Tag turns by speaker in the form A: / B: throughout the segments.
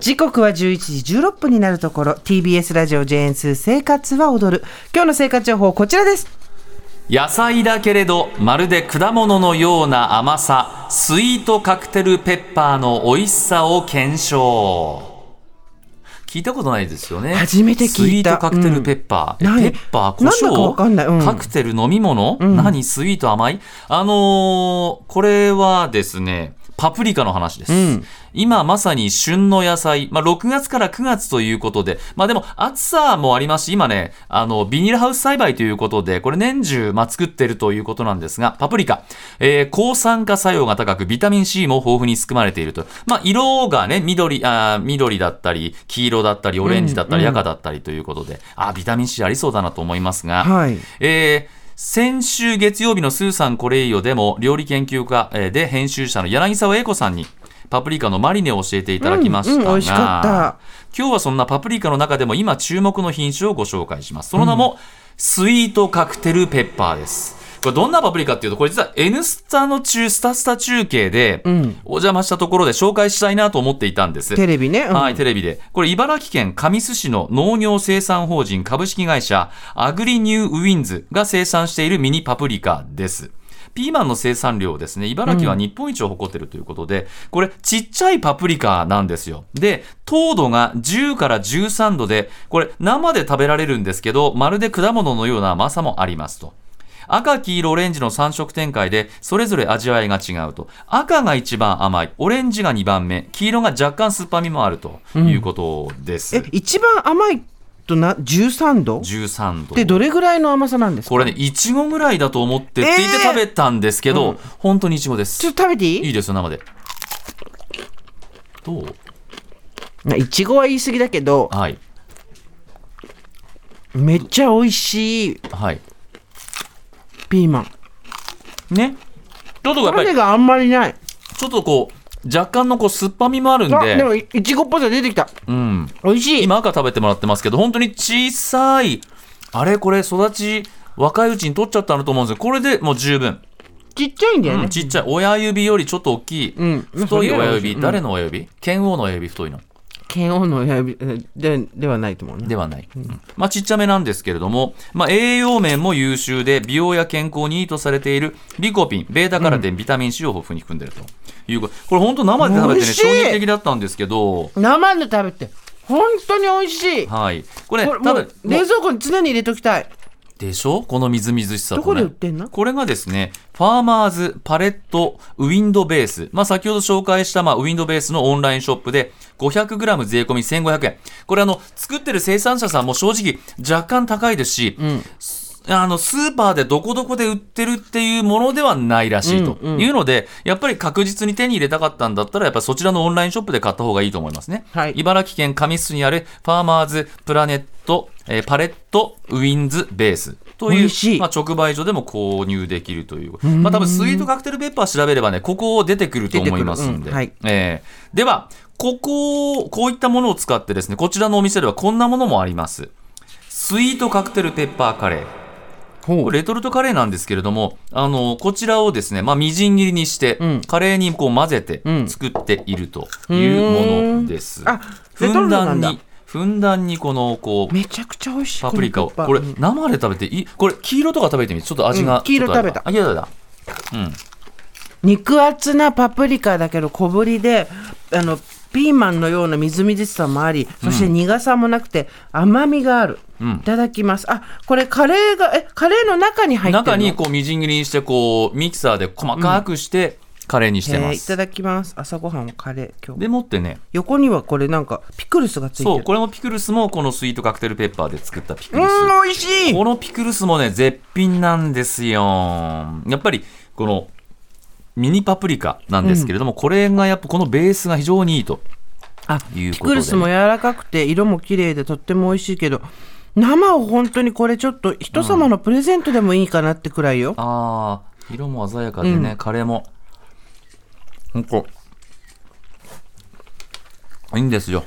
A: 時刻は11時16分になるところ TBS ラジオ JN2 生活は踊る今日の生活情報こちらです
B: 野菜だけれどまるで果物のような甘さスイートカクテルペッパーの美味しさを検証聞いたことないですよね
A: 初めて聞いた
B: スイートカクテルペッパー、
A: うんない
B: えペッパー胡
A: なんだかわかんない
B: 椒、
A: うん
B: カクテル飲み物、何スイート甘いあのーこれはですねパプリカの話です、
A: ん
B: 今まさに旬の野菜、まあ、6月から9月ということで、まあ、でも暑さもありますし今ねあのビニールハウス栽培ということでこれ年中、まあ、作ってるということなんですがパプリカ、えー抗酸化作用が高くビタミン C も豊富に含まれていると、まあ、色がね緑あー緑だったり黄色だったりオレンジだったり、赤だったりということであービタミン C ありそうだなと思いますが、
A: はい
B: えー先週月曜日のスーさんこれいいよでも料理研究家えーで編集者の柳沢英子さんにパプリカのマリネを教えていただきました
A: うんうん
B: が、
A: 美味しかった
B: 今日はそんなパプリカの中でも今注目の品種をご紹介しますその名も、スイートカクテルペッパーですこれどんなパプリカっていうとこれ実は「N スタ」の中スタスタ中継で
A: ん
B: お邪魔したところで紹介したいなと思っていたんです、
A: テレビね、うん
B: はい、テレビで。これ、茨城県神栖市の農業生産法人株式会社、アグリニューウィンズが生産しているミニパプリカです。ピーマンの生産量ですね、茨城は日本一を誇っているということで、これ、ちっちゃいパプリカなんですよ。で、糖度が10から13度で、これ、生で食べられるんですけど、まるで果物のような甘さもありますと。赤、黄色、オレンジの3色展開で、それぞれ味わいが違うと。赤が一番甘い、オレンジが2番目、黄色が若干酸っぱみもあるということです。
A: え一番甘いとな13度
B: 13度。
A: でどれぐらいの甘さなんですか
B: これね、いちごぐらいだと思ってって言って
A: えー
B: 食べたんですけど、本当にいちごです。
A: ちょっと食べていい
B: いいですよ、生で。どう
A: まあいちごは言い過ぎだけど
B: はい。
A: めっちゃ美味しい
B: はい。
A: ピーマン
B: ね。ちょっとやっぱ
A: 種
B: り、
A: があんまりない
B: ちょっとこう、若干のこう酸っぱみもあるん
A: あ
B: で、
A: でもいいちごっぽさ出てきた
B: うん。
A: 美味しい
B: 今赤食べてもらってますけど本当に小さいあれこれ育ち若いうちに取っちゃったなと思うんですよこれでもう十分、
A: ちっちゃいんだよ
B: う
A: ね
B: ん、ちっちゃい親指よりちょっと大きい、
A: うん
B: 太い親指、
A: うん
B: 誰の親指剣王の親指太いの
A: 剣王の親指えでではないと思うね
B: ではない、うんまあ、ちっちゃめなんですけれども、まあ、栄養面も優秀で美容や健康にいいとされているリコピンベータカラテン、ビタミン C を豊富に含んでいるということこれ本当生で食べて
A: 美味
B: ね
A: しい
B: 衝撃的だったんですけど
A: 生で食べて本当に美味しい
B: はいこれ
A: これも
B: 多分
A: う冷蔵庫に常に入れときたい
B: でしょこのみずみずしさと
A: どこ
B: ね
A: で売ってんの
B: これがですね、ファーマーズパレットウィンドベース。まあ、先ほど紹介した、まあ、ウィンドベースのオンラインショップで、500g 税込み1500円。これあの、作ってる生産者さんも正直若干高いですし、
A: ん
B: あの、スーパーでどこどこで売ってるっていうものではないらしいと
A: うんうん
B: いうので、やっぱり確実に手に入れたかったんだったら、やっぱりそちらのオンラインショップで買った方がいいと思いますね。
A: はい
B: 茨城県神栖にあるファーマーズプラネット、えーパレットウィンズベースと
A: 美
B: いう
A: 味しい
B: まあ、直売所でも購入できるという、まあ、多分スイートカクテルペッパー調べればねここ出てくると思いますん
A: 出てくる
B: で、
A: うんはい
B: えーではここをこういったものを使ってですねこちらのお店ではこんなものもありますスイートカクテルペッパーカレーこれレトルトカレーなんですけれども、あの、こちらをですね、まあ、みじん切りにして、
A: ん
B: カレーにこう混ぜて
A: ん
B: 作っているというものです。
A: あ
B: ふ
A: レトル
B: ん
A: ト
B: だ
A: なんんだ
B: に、ふんだんにこの、こう、
A: めちゃくちゃ美味しい
B: パプリカを。
A: この
B: これ
A: ペッ、パー
B: 生で食べていいこれ、黄色とか食べてみて、ちょっと味が、
A: うん黄色
B: ちょっとあれ
A: 食べた
B: あ、黄色食べた。
A: 肉厚なパプリカだけど小ぶりであのピーマンのようなみずみずしさもありそして苦さもなくて甘みがある、いただきますあこれカレーがえカレーの中に入ってるの
B: 中にこう、みじん切りにして、こう、ミキサーで細かくして、カレーにしてま
A: えーい
B: す。
A: ただきます朝ごはんはカレー今日
B: でもってね、
A: 横にはこれなんかピクルスがついてる
B: そう、これもピクルスも、このスイートカクテルペッパーで作ったピク
A: う
B: ルス。
A: ん美味しい
B: このピクルスもね、絶品なんですよ。やっぱり、この、ミニパプリカなんですけれども、これがやっぱこのベースが非常にいいと
A: あ
B: いうことで。
A: ピクルスも柔らかくて色も綺麗でとっても美味しいけど生を本当にこれちょっと人様のプレゼントでもいいかなってくらいよ、
B: ああ、色も鮮やかでね、カレーも。なんか、いいんですよ。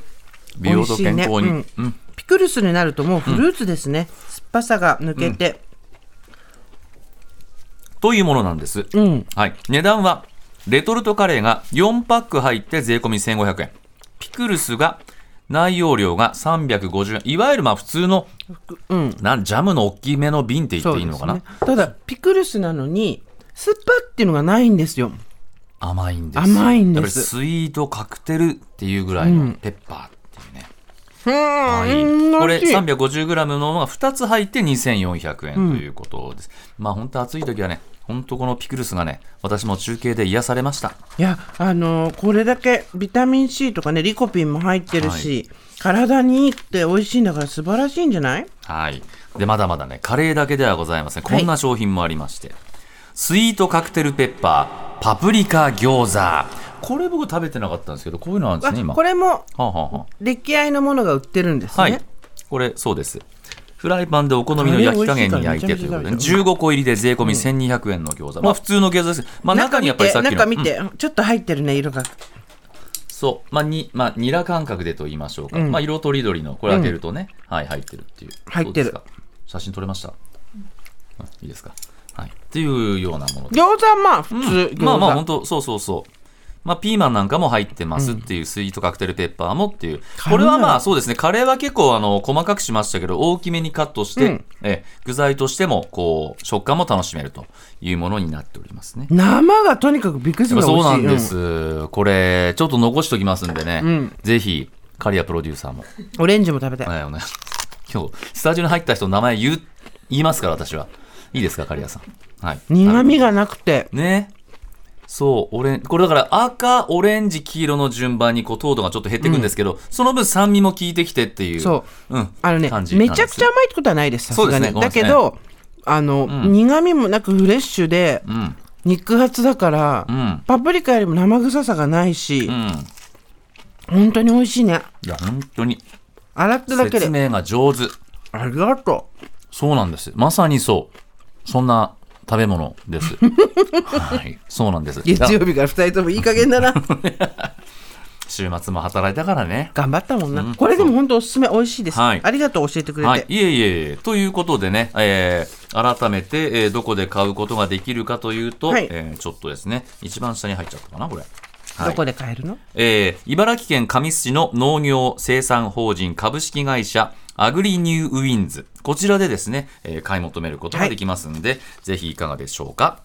B: 美容と健康に。
A: 美味しいね
B: うん
A: ピクルスになるともうフルーツですね、酸っぱさが抜けて、
B: というものなんです。
A: うん
B: はい。値段は、レトルトカレーが4パック入って税込み1500円。ピクルスが内容量が350円。いわゆるまあ普通の、
A: うん。
B: なんジャムの大きめの瓶って言っ
A: そう
B: て
A: で
B: いい
A: す
B: のかな、
A: ね、ただ、ピクルスなのに、酸っぱっていうのがないんですよ。
B: 甘いんです。
A: 甘いんです
B: やっぱりスイートカクテルっていうぐらいのペッパーっていうね。
A: うん。
B: はい、これ
A: 美味しい
B: 350g のものが2つ入って2400円ということです、まあ本当暑い時はね本当このピクルスがね私も中継で癒されました
A: いや、あのーこれだけビタミン C とかね、リコピンも入ってるし、体にいいって美味しいんだから素晴らしいんじゃない
B: はいでまだまだねカレーだけではございませんこ
A: はい
B: んな商品もありまして、スイートカクテルペッパーパプリカ餃子これ僕食べてなかったんですけどこういうのなんですね
A: あ
B: 今
A: これも
B: はあはあはあ
A: 出来合いのものが売ってるんですね。
B: はい。これ、そうです。フライパンでお好みの焼き加減に焼いてということ
A: カ
B: で、
A: レー美味しいから
B: 15個入りで税込み1200円の餃子。まあ普通の餃子ですけど。まあ中にやっぱりさっきの。
A: 中見
B: うん
A: て、ちょっと入ってるね、色が。
B: そう。まあに、まあニラ感覚でと言いましょうか。
A: うん
B: まあ色とりどりの、これ開けるとね、はい、入ってるっていう。
A: 入ってる
B: どうですか。写真撮れましたあいいですか。はい。っていうようなもので。
A: 餃子はまあ、普通、餃子。
B: まあまあ本当そうそうそう。まあ、ピーマンなんかも入ってますっていう、スイートカクテルペッパーもっていう、
A: カレー
B: これはまあそうですね、カレーは結構あの細かくしましたけど、大きめにカットして、
A: うん
B: え具材としてもこう食感も楽しめるというものになっておりますね。
A: 生がとにかくびっくりす
B: やっ
A: る
B: ぱ
A: ぐらい
B: そう
A: 美
B: な
A: 味し
B: ん
A: い。
B: です、これ、ちょっと残しときますんでね、
A: うん
B: ぜひ、カリアプロデュー サーも、
A: うんオレンジも食べたい。
B: はいお願いします今日、スタジオに入った人の名前言う言いますから、私は。いいですか、カリアさん。はい、
A: 苦味がなくて。
B: ねそうオレンこれだから赤オレンジ黄色の順番にこう糖度がちょっと減っていくんですけど、その分酸味も効いてきてっていう、
A: そう
B: ん、
A: あのね
B: 感、じなん
A: め
B: です
A: ちゃくちゃ甘いってことはないです、さすがに。
B: そうですねごめ
A: だ
B: んなさい
A: けど、あの、苦味もなくフレッシュで、
B: うん
A: 肉厚だから、
B: うん
A: パプリカよりも生臭さがないし、
B: うん
A: 本当に美味しいね。
B: いや本当に
A: 洗っただけ
B: 説
A: で。
B: 明が上手
A: ありがと
B: そうなんですまさにそうそんな食べ物です はいそうなんです
A: う。月曜日から二人ともいい加減だな。
B: 週末も働いたからね
A: 頑張ったもんな。これでも本当おすすめ美味しいです。
B: はい
A: ありがとう教えてくれて。
B: はい、いえいえいえということでね、えー改めて、えーどこで買うことができるかというと、
A: はい
B: えーちょっとですね一番下に入っちゃったかなこれ、はい、
A: どこで買えるの
B: えー茨城県神栖市の農業生産法人株式会社アグリニューウィンズこちらでですね、えー買い求めることができますんで、ぜひいかがでしょうか